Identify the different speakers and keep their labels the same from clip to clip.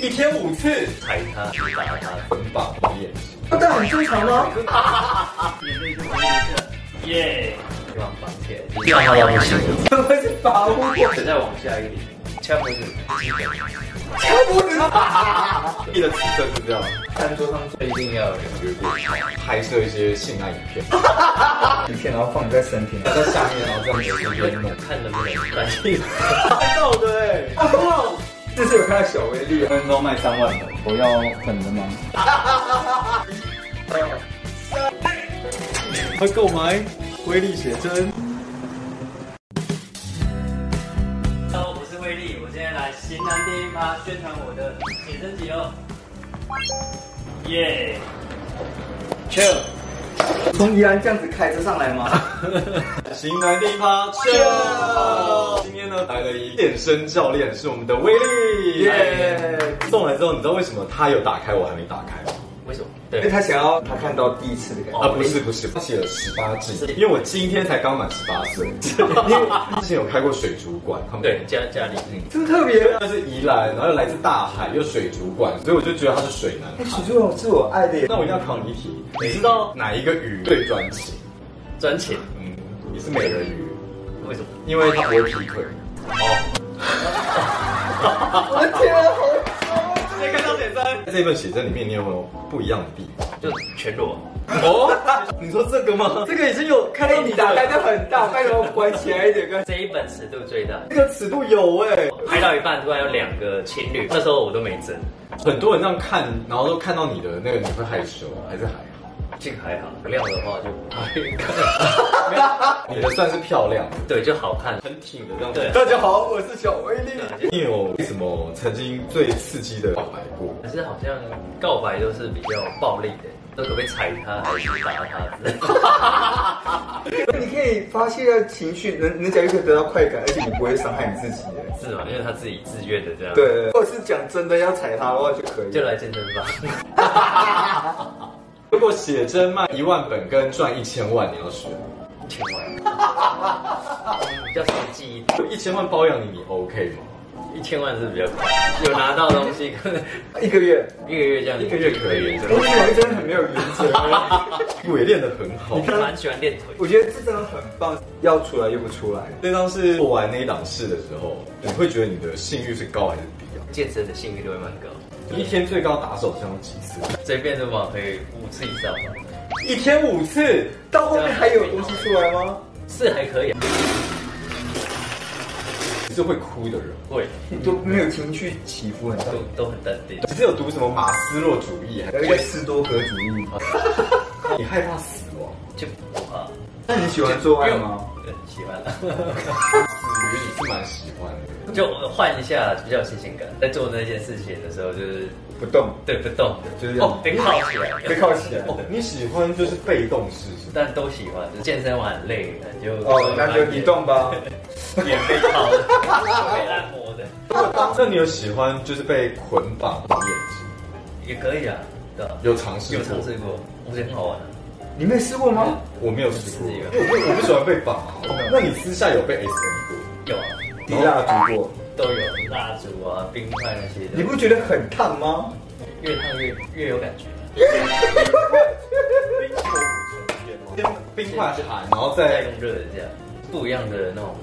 Speaker 1: 一天五次，
Speaker 2: 踩他，击打他，
Speaker 1: 捆绑练习。
Speaker 3: 那这很正常吗？
Speaker 2: 眼泪就往这个，耶！就往绑起来，就
Speaker 4: 掉到不行。
Speaker 3: 怎么是把握？
Speaker 2: 再往下一点，掐脖子，基本
Speaker 1: 你的尺寸是这样，
Speaker 2: 餐桌上最一定要有。
Speaker 1: 有点拍摄一些性爱影片，
Speaker 4: 影片然后放你在身体，
Speaker 1: 然后在下面，然后这样子边弄。
Speaker 2: 看能不能反应。
Speaker 1: 太逗的哎！
Speaker 4: 这次有看到小威力，分钟卖三万的，我要粉的吗？
Speaker 1: 快购买威力写真。
Speaker 2: Hello，我是呃威力，我现在来型男电音趴宣传我的写真集哦。耶、Chill。
Speaker 3: 从宜兰这样子开车上来 吗？
Speaker 1: 型男第一趴秀，今天呢来了一健身教练，是我们的威力。耶！送来之后，你知道为什么他有打开，我还没打开吗？
Speaker 2: 为什么？
Speaker 3: 因为哎他想要他看到第一次的感觉。
Speaker 1: 啊，不是不是，他写了十八禁，因为我今天才刚满十八岁，因为之前有开过水族馆，他们
Speaker 2: 对，家家里
Speaker 3: 真特别。
Speaker 1: 他是宜兰，然后又来自大海，又水族馆，所以我就觉得他是水男
Speaker 3: 哎，
Speaker 1: 孩
Speaker 3: 许。志荣是我爱的 耶。
Speaker 1: 那我一定要考你一题，你知道哪一个鱼最专情？
Speaker 2: 专情。
Speaker 1: 嗯，也是美人鱼，
Speaker 2: 为什么？
Speaker 1: 因为它不会劈腿。
Speaker 3: 我的天啊，好
Speaker 2: 没看到写真，
Speaker 1: 在这本写真里面，你有没有不一样的地方？
Speaker 2: 就全裸。
Speaker 1: 哦， 你说这个吗？
Speaker 2: 这个已经有看
Speaker 3: 哎，你打开的很大，拜托关起来一点跟。
Speaker 2: 这一本尺度最大，
Speaker 1: 这个尺度有哎、
Speaker 2: 拍到一半突然有两个情侣，那时候我都没争，
Speaker 1: 很多人这样看，然后都看到你的那个，你会害羞还是还好？
Speaker 2: 这个还好，亮的话就不太看。
Speaker 1: 你的算是漂亮的，
Speaker 2: 对，就好看。
Speaker 1: 很挺的这样
Speaker 2: 对
Speaker 1: 子。
Speaker 3: 大家好，我是小威力。
Speaker 1: 你有什么曾经最刺激的告白过？
Speaker 2: 可是好像告白都是比较暴力的，都可不可以踩他，还是打他之类的？
Speaker 3: 哎你可以发泄情绪，能能讲就可以得到快感，而且你不会伤害你自己耶。
Speaker 2: 是吗？因为他自己自愿的这样。，
Speaker 3: 对，或者是讲真的要踩他的话就可以。
Speaker 2: 就来健身房。
Speaker 1: 如果写真卖一万本跟赚一千万，你要选？
Speaker 2: 千万，嗯比较实际一点，
Speaker 1: 一千万包养你，你 OK 吗？
Speaker 2: 一千万是比较快，有拿到东西，可能
Speaker 3: 一个月，
Speaker 2: 一个月这样，
Speaker 1: 一个月可以
Speaker 3: 我觉得真的很没有原则。
Speaker 1: 我也练得很好
Speaker 2: 我。 蛮喜欢练腿。
Speaker 3: 我觉得这真的很棒，要出来又不出来。
Speaker 1: 那张是做完那一档事的时候，你会觉得你的性欲是高还是低啊？
Speaker 2: 健身的性欲都会蛮高，
Speaker 1: 一天最高打手枪几次？
Speaker 2: 随便的嘛，可以五次以上吧，
Speaker 1: 一天五次。
Speaker 3: 到后面还有东西出来吗？
Speaker 2: 是还可以、啊，
Speaker 1: 你是会哭的人，
Speaker 2: 会
Speaker 3: 你就没有情绪起伏很大
Speaker 2: 都。都很淡定。
Speaker 1: 你是有读什么马斯洛主义？还
Speaker 3: 有一个斯多格主义，
Speaker 1: 你害怕死亡？
Speaker 2: 就不怕，
Speaker 3: 那你喜欢做爱吗？
Speaker 2: 对，喜欢了，
Speaker 1: 死鱼你是蛮喜欢的。
Speaker 2: 就换一下比较有新鲜感。在做那件事情的时候，就是
Speaker 3: 不动，
Speaker 2: 对不动的，
Speaker 3: 就是这样
Speaker 2: 哦，被靠起来，
Speaker 3: 被靠起来。
Speaker 1: 哦，你喜欢就是被动式是
Speaker 2: 但都喜欢。就是健身完很累，那就
Speaker 3: 哦，那就移动吧。
Speaker 2: 也被靠的，被按摩的
Speaker 1: 吗？那你有喜欢就是被捆绑绑眼睛？
Speaker 2: 也可以啊，对吧？
Speaker 1: 有尝试
Speaker 2: 有
Speaker 1: 过？
Speaker 2: 尝试过，我觉得很好玩啊。
Speaker 3: 你没试过吗？
Speaker 1: 我没有试过，
Speaker 2: 自己
Speaker 1: 因
Speaker 2: 吧
Speaker 1: 为我不我不喜欢被绑啊。那你私下有被 S M 过？
Speaker 2: 有啊，
Speaker 3: 滴蜡烛过，
Speaker 2: 都有蜡烛啊、冰块那些的。
Speaker 3: 你不觉得很烫吗？
Speaker 2: 越烫越越有感觉。
Speaker 1: 冰火五重天哦，先冰块寒，然后
Speaker 2: 再
Speaker 1: 再
Speaker 2: 用热的这样，不一样的那种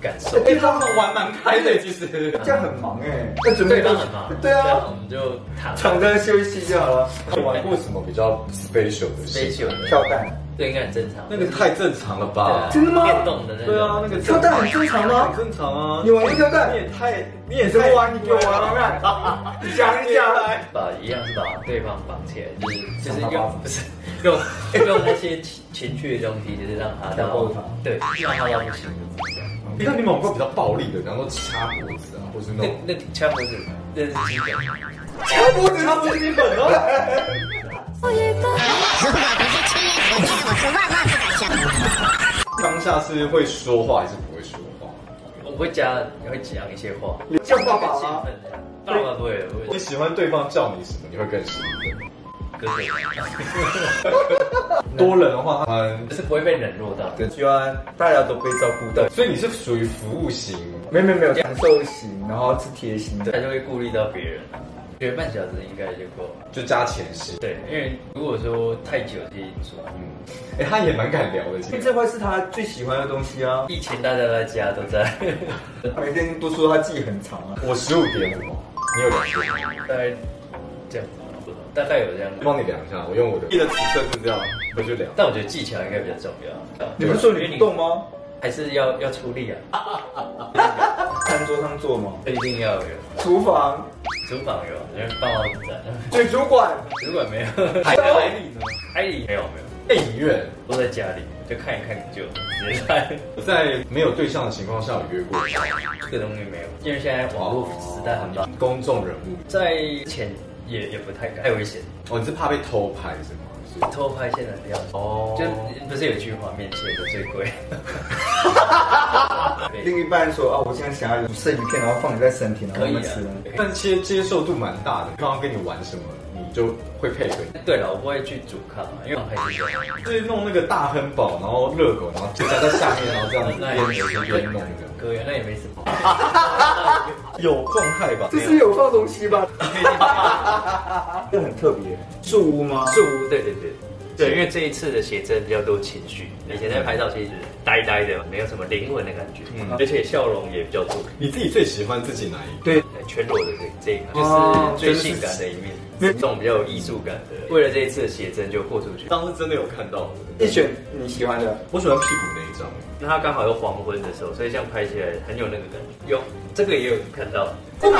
Speaker 2: 感受。
Speaker 1: 哎、他们玩蛮开的，其实。
Speaker 3: 这样很忙哎，要准备
Speaker 2: 当然嘛，
Speaker 3: 对
Speaker 2: 这样
Speaker 3: 啊
Speaker 2: 我，们就躺
Speaker 3: 躺着休息就好了。
Speaker 1: 你玩过什么比较 special 的
Speaker 2: 飞
Speaker 1: 事情？
Speaker 2: 球的，
Speaker 3: 跳蛋，
Speaker 2: 这应该很正常。
Speaker 1: 那个太正常了吧？
Speaker 3: 真的吗
Speaker 2: 电动的那种。
Speaker 1: 对啊，那个
Speaker 3: 跳蛋很正常吗
Speaker 1: 很？正常啊。
Speaker 3: 你玩过跳蛋
Speaker 1: 你？也太，你也
Speaker 3: 怎
Speaker 1: 是
Speaker 3: 么
Speaker 1: 玩，
Speaker 3: 玩？
Speaker 1: 你
Speaker 3: 哎
Speaker 1: 给
Speaker 3: 你给
Speaker 1: 我
Speaker 3: 我
Speaker 1: 玩
Speaker 3: 玩
Speaker 1: 玩
Speaker 3: 玩哎
Speaker 1: 看。
Speaker 3: 看，你讲一讲来。
Speaker 2: 把一样是把对方绑起来， 就是就是
Speaker 3: 赏他巴
Speaker 2: 用
Speaker 3: 掌
Speaker 2: 不是 用用那些情情绪的东西，就是让他
Speaker 3: 强
Speaker 2: 到
Speaker 3: 迫他
Speaker 2: 对，让他到不行就这样。
Speaker 1: 你看你们有过比较暴力的，然后掐脖子啊，或是那
Speaker 2: 那
Speaker 1: 种
Speaker 2: 那掐脖子，那是基本。
Speaker 3: 敲脖子，敲脖子，你本了。
Speaker 1: 当下是会说话还是不会说话？
Speaker 2: 我会加，会讲一些话，
Speaker 3: 你叫爸爸
Speaker 2: 兴
Speaker 3: 吗？
Speaker 2: 奋的。爸爸不会，我
Speaker 1: 你喜欢对方叫你什么，你会更兴奋。
Speaker 2: 哥哥
Speaker 1: 多人的话，他们，
Speaker 2: 是不会被冷落到。
Speaker 3: 希望大家都被照顾到。
Speaker 1: 所以你是属于服务型。
Speaker 3: 没有没有没有，享受型，然后是贴心
Speaker 2: 他
Speaker 3: 的。
Speaker 2: 就会顾虑到别人啊。学半小时应该就够了。
Speaker 1: 就加前戏。
Speaker 2: 对，因为如果说太久是一抓，
Speaker 1: 嗯，哎、他也蛮敢聊的，其
Speaker 3: 因为
Speaker 1: 实
Speaker 3: 这块是他最喜欢的东西啊。
Speaker 2: 疫情大家在家都在，
Speaker 3: 他每天都说他自己很长啊，
Speaker 1: 我十五点五，你有两句，
Speaker 2: 大概这样，大概有这样。
Speaker 1: 帮你量一下，我用我的一的尺寸是这样，我就量。
Speaker 2: 但我觉得技巧应该比较重要。
Speaker 3: 你不是说你不动吗？
Speaker 2: 还是要要出力啊，
Speaker 3: 餐桌上坐吗？
Speaker 2: 一定要有。
Speaker 3: 厨房
Speaker 2: 主访有，因为放到在，
Speaker 3: 对主管，
Speaker 2: 啊 主管没有，
Speaker 1: 海海里呢？
Speaker 2: 海里没有没有，
Speaker 1: 电影院，
Speaker 2: 都在家里，就看一看就直接来。
Speaker 1: 我在没有对象的情况下有约过炮。
Speaker 2: 这个东西没有，因为现在网络时代很棒，
Speaker 1: 公众人物，
Speaker 2: 在之前也也不太敢，太危险，
Speaker 1: 哦，你是怕被偷拍是吗？是
Speaker 2: 偷拍现在掉。
Speaker 1: 哦，
Speaker 2: 就不是有一句话，面前的最 贵。
Speaker 3: 另一半说啊，我现在想要有剩鱼片，然后放你在身体，然后
Speaker 2: 可
Speaker 3: 慢
Speaker 2: 以
Speaker 3: 慢
Speaker 2: 啊
Speaker 3: 吃。
Speaker 1: 但接接受度蛮大的，对方跟你玩什么，你就会配合。
Speaker 2: 对了，我不会去阻抗啊，因为我还是有。
Speaker 1: 就是弄那个大亨堡，然后热狗，然后就夹在下面，然后这样子
Speaker 2: 那
Speaker 1: 边吃边弄的，
Speaker 2: 哥原来也没什么。
Speaker 1: 有状态吧？
Speaker 3: 这是有放东西吧？这很特别，树屋吗？
Speaker 2: 树屋，对对对。对，因为这一次的写真比较多情绪，以前在拍照其实呆呆的，没有什么灵魂的感觉，
Speaker 1: 嗯
Speaker 2: 而且笑容也比较多，
Speaker 1: 你自己最喜欢自己哪一个？
Speaker 3: 对，
Speaker 2: 对全裸的这这一
Speaker 3: 哦
Speaker 2: 款，就是最性感的一面，这种比较有艺术感的。为了这一次的写真就豁出去，
Speaker 1: 当时真的有看到，
Speaker 3: 一选你喜欢的，
Speaker 1: 我喜欢屁股那一张，
Speaker 2: 那它刚好有黄昏的时候，所以这样拍起来很有那个感觉。有这个也有看 到，
Speaker 1: 我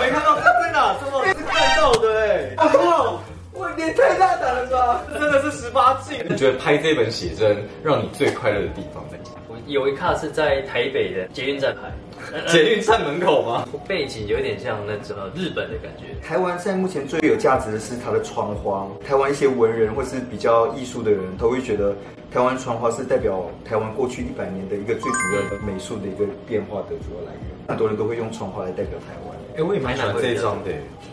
Speaker 1: 没看到，真的，这么是看到的哎、
Speaker 3: 我脸太大胆了吧？
Speaker 1: 真的是十八禁。你觉得拍这本写真让你最快乐的地方在哪？
Speaker 2: 我有一卡是在台北的捷运站拍，
Speaker 1: 捷运站门口吗？
Speaker 2: 背景有点像那种日本的感觉，
Speaker 3: 台湾现在目前最有价值的是它的窗花。台湾一些文人或是比较艺术的人，都会觉得台湾窗花是代表台湾过去一百年的一个最主要的美术的一个变化的主要来源。很多人都会用窗花来代表台湾，
Speaker 1: 哎、我也蛮喜欢这一张的、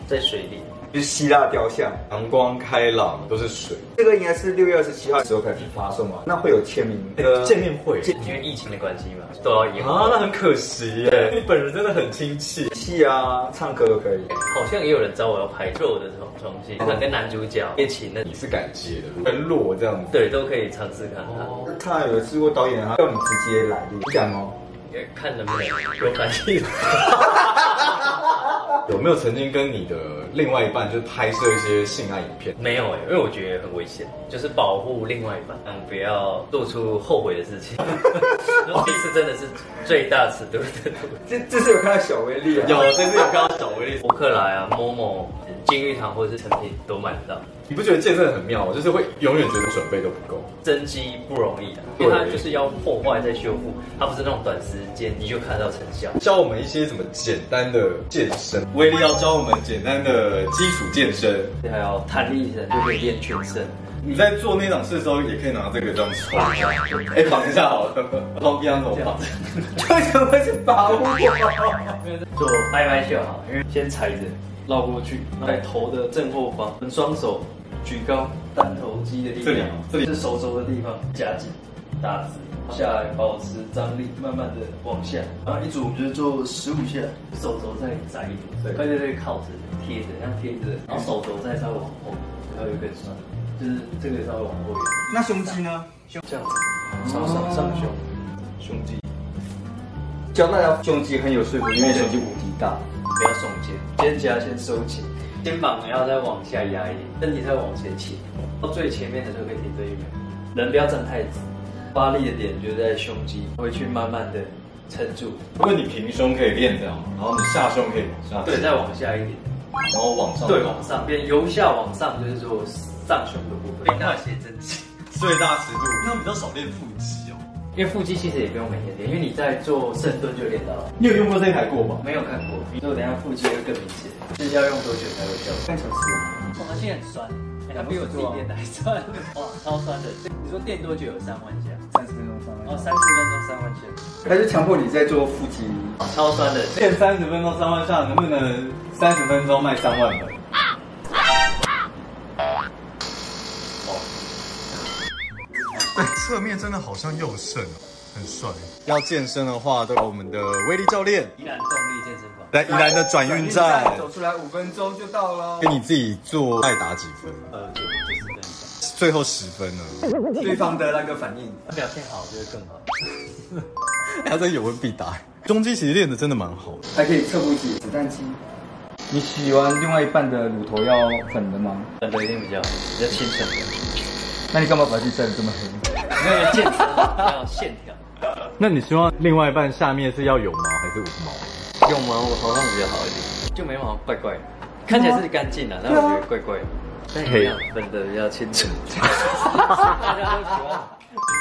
Speaker 2: 在水里。
Speaker 3: 就是希腊雕像。
Speaker 1: 阳光开朗，都是水。
Speaker 3: 这个应该是六月二十七号的时候开始发送嘛，那会有签名
Speaker 1: 呃，
Speaker 3: 的
Speaker 1: 见面会
Speaker 2: 因为疫情的关系嘛，都要延
Speaker 1: 啊，
Speaker 2: 后。
Speaker 1: 那很可惜耶。你本人真的很亲切，
Speaker 3: 戏啊，唱歌都可以。
Speaker 2: 好像也有人找我要拍肉的床床戏，想跟男主角一起那，
Speaker 1: 你是敢接的，很裸这样子。
Speaker 2: 对，都可以尝试看看，
Speaker 3: 他有试过导演，他叫你直接来，你敢哦？
Speaker 2: 也看能不能有反应。
Speaker 1: 有没有曾经跟你的另外一半就拍摄一些性爱影片？
Speaker 2: 没有哎、因为我觉得很危险，就是保护另外一半，嗯，不要做出后悔的事情。 第一次真的是最大尺度的
Speaker 3: 这这是有看到小威力啊？
Speaker 1: 有，这次有看到小威力。
Speaker 2: 博客来啊、某某、金玉堂或者是成品都买得到。
Speaker 1: 你不觉得健身很妙吗？就是会永远觉得准备都不够。
Speaker 2: 真机不容易的，啊因为它就是要破坏再修复，它不是那种短时间你就看到成效。
Speaker 1: 教我们一些怎么简单的健身，威力要教我们简单的基础健身。
Speaker 2: 还有弹力绳就可以练全身。
Speaker 1: 你在做那档事的时候，也可以拿这个这样抽。哎、绑一下好了，绑臂上怎么绑？
Speaker 3: 为什么是保护我？
Speaker 2: 做拜拜就好，因为先踩着绕过去，在头的正后方，双手举高，单头肌的地方，
Speaker 1: 这里这里
Speaker 2: 是手肘的地方，夹紧，打直。下来保持张力，慢慢的往下，然后一组我们就做十五下，手肘再窄一点，对对对，靠着贴着，这样贴着，然后手肘再稍微往后，它会更酸，就是这个稍微往后一点。
Speaker 3: 那胸肌呢？
Speaker 2: 胸这样子，上上上胸，胸肌
Speaker 3: 教大家胸肌很有说服力，因为胸肌无敌大。
Speaker 2: 不要耸肩，肩胛先收起，肩膀要再往下压一点，身体再往前倾，到最前面的时候可以挺最一秒，人不要站太直，发力的点就是在胸肌，会去慢慢的撑住，
Speaker 5: 如果你平胸可以练这样，然后你下胸可以往下，
Speaker 2: 对，再往下一点，
Speaker 5: 然后往上，
Speaker 2: 对，往上边由下往上就是说上胸的部分，哎那写真肌。
Speaker 1: 最大尺度，那比较少练腹肌哦。
Speaker 2: 因为腹肌其实也不用每天练，因为你在做深蹲就练到了。
Speaker 5: 你有用过这一台过吗？
Speaker 2: 没有看过，所以我等一下腹肌会更明显，是要用多久才会效果？
Speaker 3: 半小时，
Speaker 6: 我们现在很酸，欸它比我自己垫的还酸， 哇，超酸的。你说垫多久有三万下？
Speaker 3: 三十分钟上
Speaker 6: 哦，
Speaker 3: 来。
Speaker 6: 三十分钟三万下。哦
Speaker 3: 他就强迫你在做腹肌，
Speaker 2: 超酸的，
Speaker 5: 练三十分钟三万下，能不能三十分钟卖三万本？
Speaker 1: 侧面真的好像佑胜，很帅。要健身的话，都有我们的威力教练。
Speaker 6: 宜兰动力健身房。
Speaker 4: 来宜兰的转运站，
Speaker 5: 走出来五分钟就到喽。
Speaker 4: 跟你自己做爱打几分？
Speaker 5: 呃，就就是这样。
Speaker 4: 最后十分呢？
Speaker 5: 对方的那个反应，
Speaker 6: 表现好就会更好。
Speaker 4: 他在有问必答。中间其实练的真的蛮好的，
Speaker 3: 还可以测不起子弹机。
Speaker 5: 你喜欢另外一半的乳头要粉的吗？
Speaker 6: 粉的一定比较好，比较清纯的，
Speaker 5: 那你干嘛把自己晒得这么黑？
Speaker 6: 没有健康，要线条。
Speaker 1: 那你希望另外一半下面是要有毛还是无毛？
Speaker 6: 用完我头上比较好一点，就眉毛怪怪的，看起来是干净的，但我觉得怪怪的。但一样粉的比较清 纯，大家都喜欢。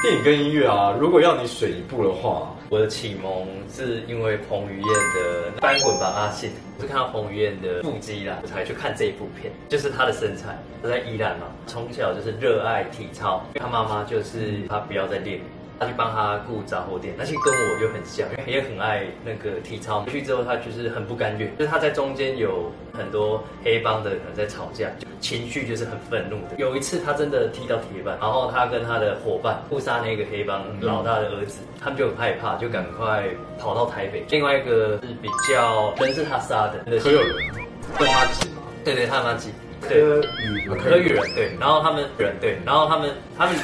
Speaker 1: 电影跟音乐啊，如果要你选一部的话，
Speaker 2: 我的启蒙是因为彭于晏的《翻滚吧，阿信》，我是看到彭于晏的腹肌啦，我才去看这一部片，就是他的身材。他在宜兰嘛，从小就是热爱体操，他妈妈就是他不要再练。他去帮他顾杂货店，那其实跟我就很像，因为也很爱那个体操。回去之后，他就是很不甘愿，就是他在中间有很多黑帮的可能在吵架，就情绪就是很愤怒的。有一次他真的踢到铁板，然后他跟他的伙伴互杀那个黑帮
Speaker 1: 嗯
Speaker 2: 老大的儿子，他们就很害怕，就赶快跑到台北。另外一个是比较人是他杀的，
Speaker 1: 柯有人、邓阿吉嘛，
Speaker 2: 对对，他妈几对。
Speaker 3: 科语文
Speaker 2: 可以人对，然后他们人对，然后他们他们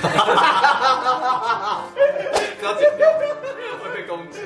Speaker 1: 不要剪掉，会被攻 击。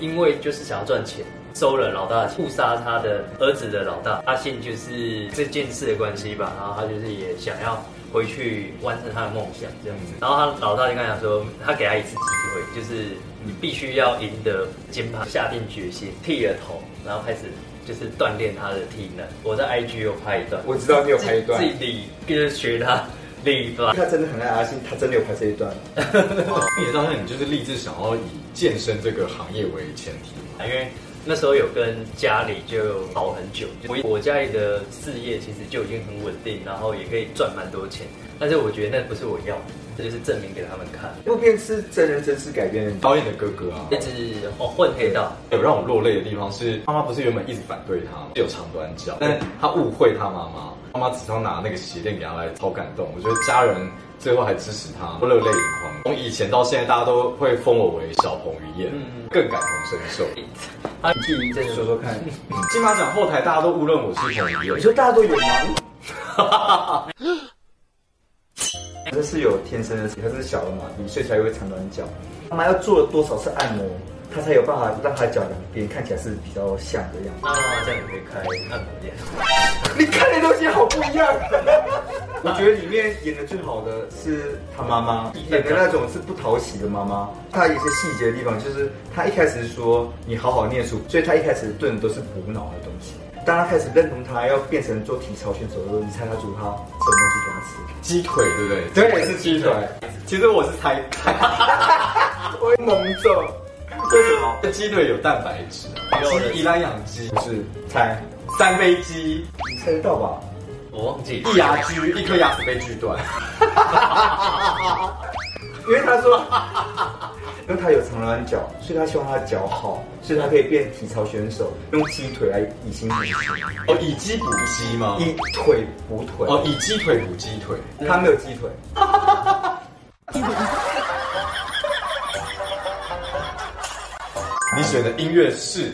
Speaker 2: 因为就是想要赚钱，收了老大，互杀他的儿子的老大。阿信就是这件事的关系吧，然后他就是也想要回去完成他的梦想这样子。然后他老大就跟他讲说，他给他一次机会，就是你必须要赢得金牌，下定决心，剃了头，然后开始。就是锻炼他的体能，我在 IG 有拍一段，
Speaker 3: 我知道你有拍一段
Speaker 2: 自己理就是学他理发，
Speaker 3: 他真的很爱阿信，他真的有拍这一段。
Speaker 1: 你也知道，那你就是立志想要以健身这个行业为前提嘛。
Speaker 2: 啊因为那时候有跟家里就吵很久，就我我家里的事业其实就已经很稳定，然后也可以赚蛮多钱，但是我觉得那不是我要的，这就是证明给他们看。
Speaker 3: 这部片是真人真事改编，
Speaker 1: 导演的哥哥啊，
Speaker 2: 一直哦混黑道，
Speaker 1: 有让我落泪的地方是，妈妈不是原本一直反对他吗？有长短脚，但他误会他妈妈，妈妈只要拿那个鞋垫给他来，超感动。我觉得家人最后还支持他，热泪盈眶。从以前到现在，大家都会封我为小彭于晏，更感同身受。
Speaker 2: 他记忆真的
Speaker 3: 说说看。
Speaker 1: 金马奖后台大家都误认我是彭于晏
Speaker 3: 你，说大家都有吗？ 这是有天生的，他是小儿麻痹，所以才会长短脚。妈妈要做了多少次按摩，她才有办法让她脚两边看起来是比较像的样子？
Speaker 2: 那妈妈啊这样也可以开按摩店，
Speaker 3: 你看的东西好不一样。 我觉得里面演的最好的是她妈妈，演的那种是不讨喜的妈妈。她有一些细节的地方，就是她一开始说你好好念书，所以她一开始炖的都是补脑的东西。当她开始认同她要变成做体操选手的时候，你猜她煮她什么东西给她吃？
Speaker 1: 鸡腿对不对？
Speaker 3: 对，是鸡腿。
Speaker 1: 其实我是猜，
Speaker 3: 我会蒙着，为什么？
Speaker 1: 鸡腿有蛋白质啊，鸡宜兰养鸡
Speaker 3: 不是猜，
Speaker 1: 三杯鸡，
Speaker 3: 你猜得到吧？
Speaker 2: 我忘记。
Speaker 1: 一牙锯，一颗牙齿被锯断。
Speaker 3: 因为他说， 因为他有长短脚，所以他希望他脚好，所以他可以变体操选手，用鸡腿来以形补形，
Speaker 1: 哦，以鸡补鸡吗？
Speaker 3: 以腿补腿。
Speaker 1: 哦哦，以鸡腿补鸡腿。
Speaker 3: 他没有鸡腿，
Speaker 1: 你选的音乐是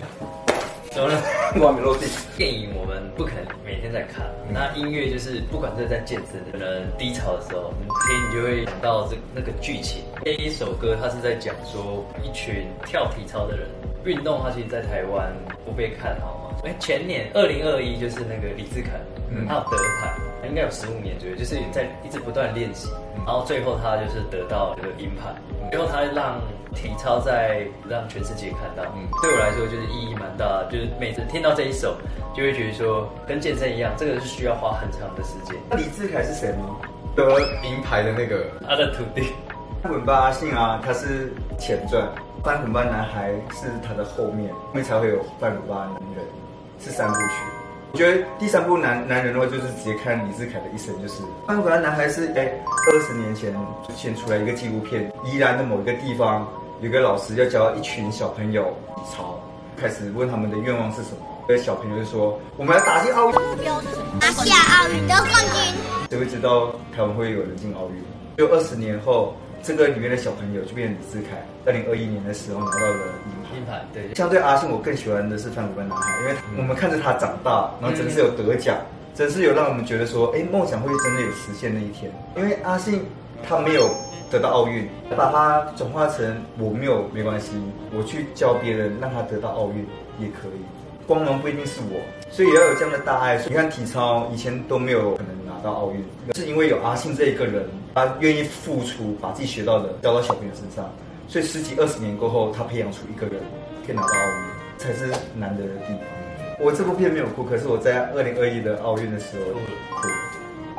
Speaker 2: 怎么了？
Speaker 3: 完美落地。
Speaker 2: 电影我们不可能每天在看，那音乐就是不管是在健身的，可能低潮的时候，你听你就会想到这那个剧情。那一首歌它是在讲说一群跳体操的人，运动它其实在台湾不被看好嘛。哎，前年二零二一就是那个李志凯，他有得牌，应该有十五年左右，就是在一直不断练习，然后最后他就是得到这个银牌，最后他让体操在让全世界看到，嗯，对我来说就是意义蛮大的，就是每次听到这一首，就会觉得说跟健身一样，这个是需要花很长的时间。
Speaker 3: 那李志凯是谁吗？
Speaker 1: 得银牌的那个，
Speaker 2: 他的徒弟，
Speaker 3: 滚吧阿信啊，他是前传，翻滚吧男孩是他的后面，后面才会有翻滚吧男人，是三部曲。我觉得第三部男男人的话，就是直接看李志凯的一生，就是《翻滚吧男孩是》哎，二十年前就先出来一个纪录片，宜兰的某一个地方，有个老师要教一群小朋友体操，开始问他们的愿望是什么。那小朋友就说：“我们要打进奥运。”
Speaker 7: 目标是什么？拿下奥运得冠军。
Speaker 3: 谁会知道台湾会有人进奥运？就二十年后，这个里面的小朋友就变成李志凯，二零二一年的时候拿到了银牌。
Speaker 2: 品牌，对，
Speaker 3: 相对阿信，我更喜欢的是反骨班男孩，因为我们看着他长大，然后真是有得奖，真是有让我们觉得说，哎，梦想会真的有实现那一天。因为阿信他没有得到奥运，把它转化成我没有没关系，我去教别人让他得到奥运也可以。光荣不一定是我，所以也要有这样的大爱。你看体操以前都没有可能拿到奥运，是因为有阿信这一个人，他愿意付出，把自己学到的教到小朋友身上。所以十几二十年过后，他培养出一个人可以拿到奥运，才是难得的地方。我这部片没有哭，可是我在二零二一的奥运的时候哭，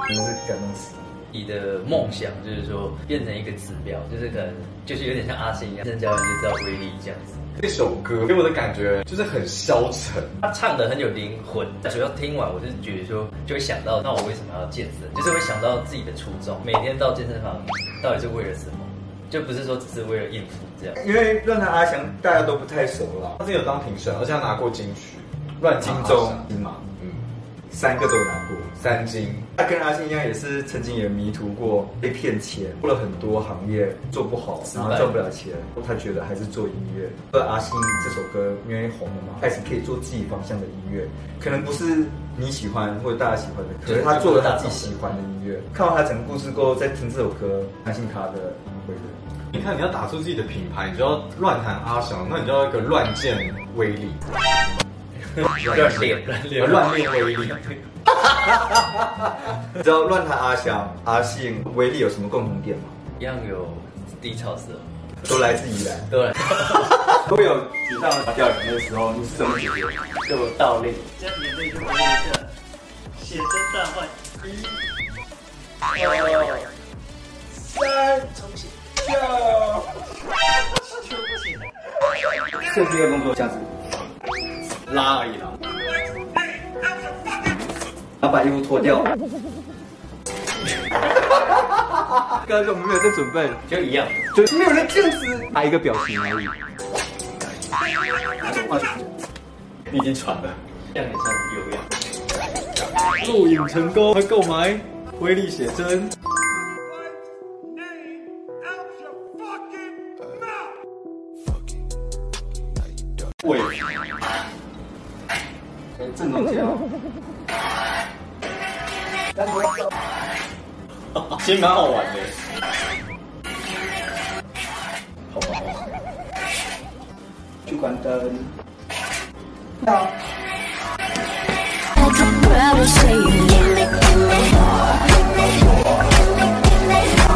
Speaker 3: 真的是感动死了。
Speaker 2: 你的梦想就是说变成一个指标，就是可能就是有点像阿信一样，任教人就知道威力这样子。
Speaker 1: 这首歌给我的感觉就是很消沉，
Speaker 2: 他唱的很有灵魂，主要听完我就是觉得说，就会想到那我为什么要健身，就是会想到自己的初衷，每天到健身房到底是为了什么，就不是说只是为了应付这样。
Speaker 3: 因为论坛阿翔大家都不太熟了，
Speaker 1: 他之前有当评审，而且他拿过金曲、乱
Speaker 3: 金
Speaker 1: 金
Speaker 3: 钟
Speaker 1: 钟、
Speaker 3: 金马
Speaker 1: 嗯，
Speaker 3: 三个都有拿过。
Speaker 1: 三金。
Speaker 3: 他跟阿信一样，也是曾经也迷途过，被骗钱，做了很多行业做不好，然后赚不了钱。他觉得还是做音乐。而阿信这首歌因为红了嘛，开始可以做自己方向的音乐，可能不是你喜欢或者大家喜欢的，可是他做了他自己喜欢的音乐。看完他整个故事过后，再听这首歌，相信他的回归。
Speaker 1: 你看，你要打出自己的品牌，你就要乱弹阿翔，那你就要一个乱箭威力，
Speaker 2: 乱练乱练
Speaker 1: 乱练威力。
Speaker 3: 你知道乱弹阿翔、
Speaker 4: 嗯
Speaker 3: 阿信、威力有什么共同点吗？
Speaker 2: 一样有低潮时候，
Speaker 3: 都来自宜兰。
Speaker 2: 对，
Speaker 4: 会有沮丧掉眼泪的时候，你是怎么解决？
Speaker 8: 给我倒立，这样眼泪就流下来，血真大坏。一、二、三，重启。
Speaker 4: 设计一个动作，这样子，
Speaker 9: 拉而已啦。
Speaker 4: 然后把衣服脱掉。刚才我们没有在准备，
Speaker 2: 就一样。
Speaker 4: 就没有人这样子，打一个表情而已。
Speaker 9: 你已经喘了。
Speaker 2: 这样也算有氧。
Speaker 9: 录影成功，购买威力写真。喂，
Speaker 4: 哎，正中间哦。
Speaker 9: 其实蛮好玩的。
Speaker 4: 去关灯。那
Speaker 10: I can probably say you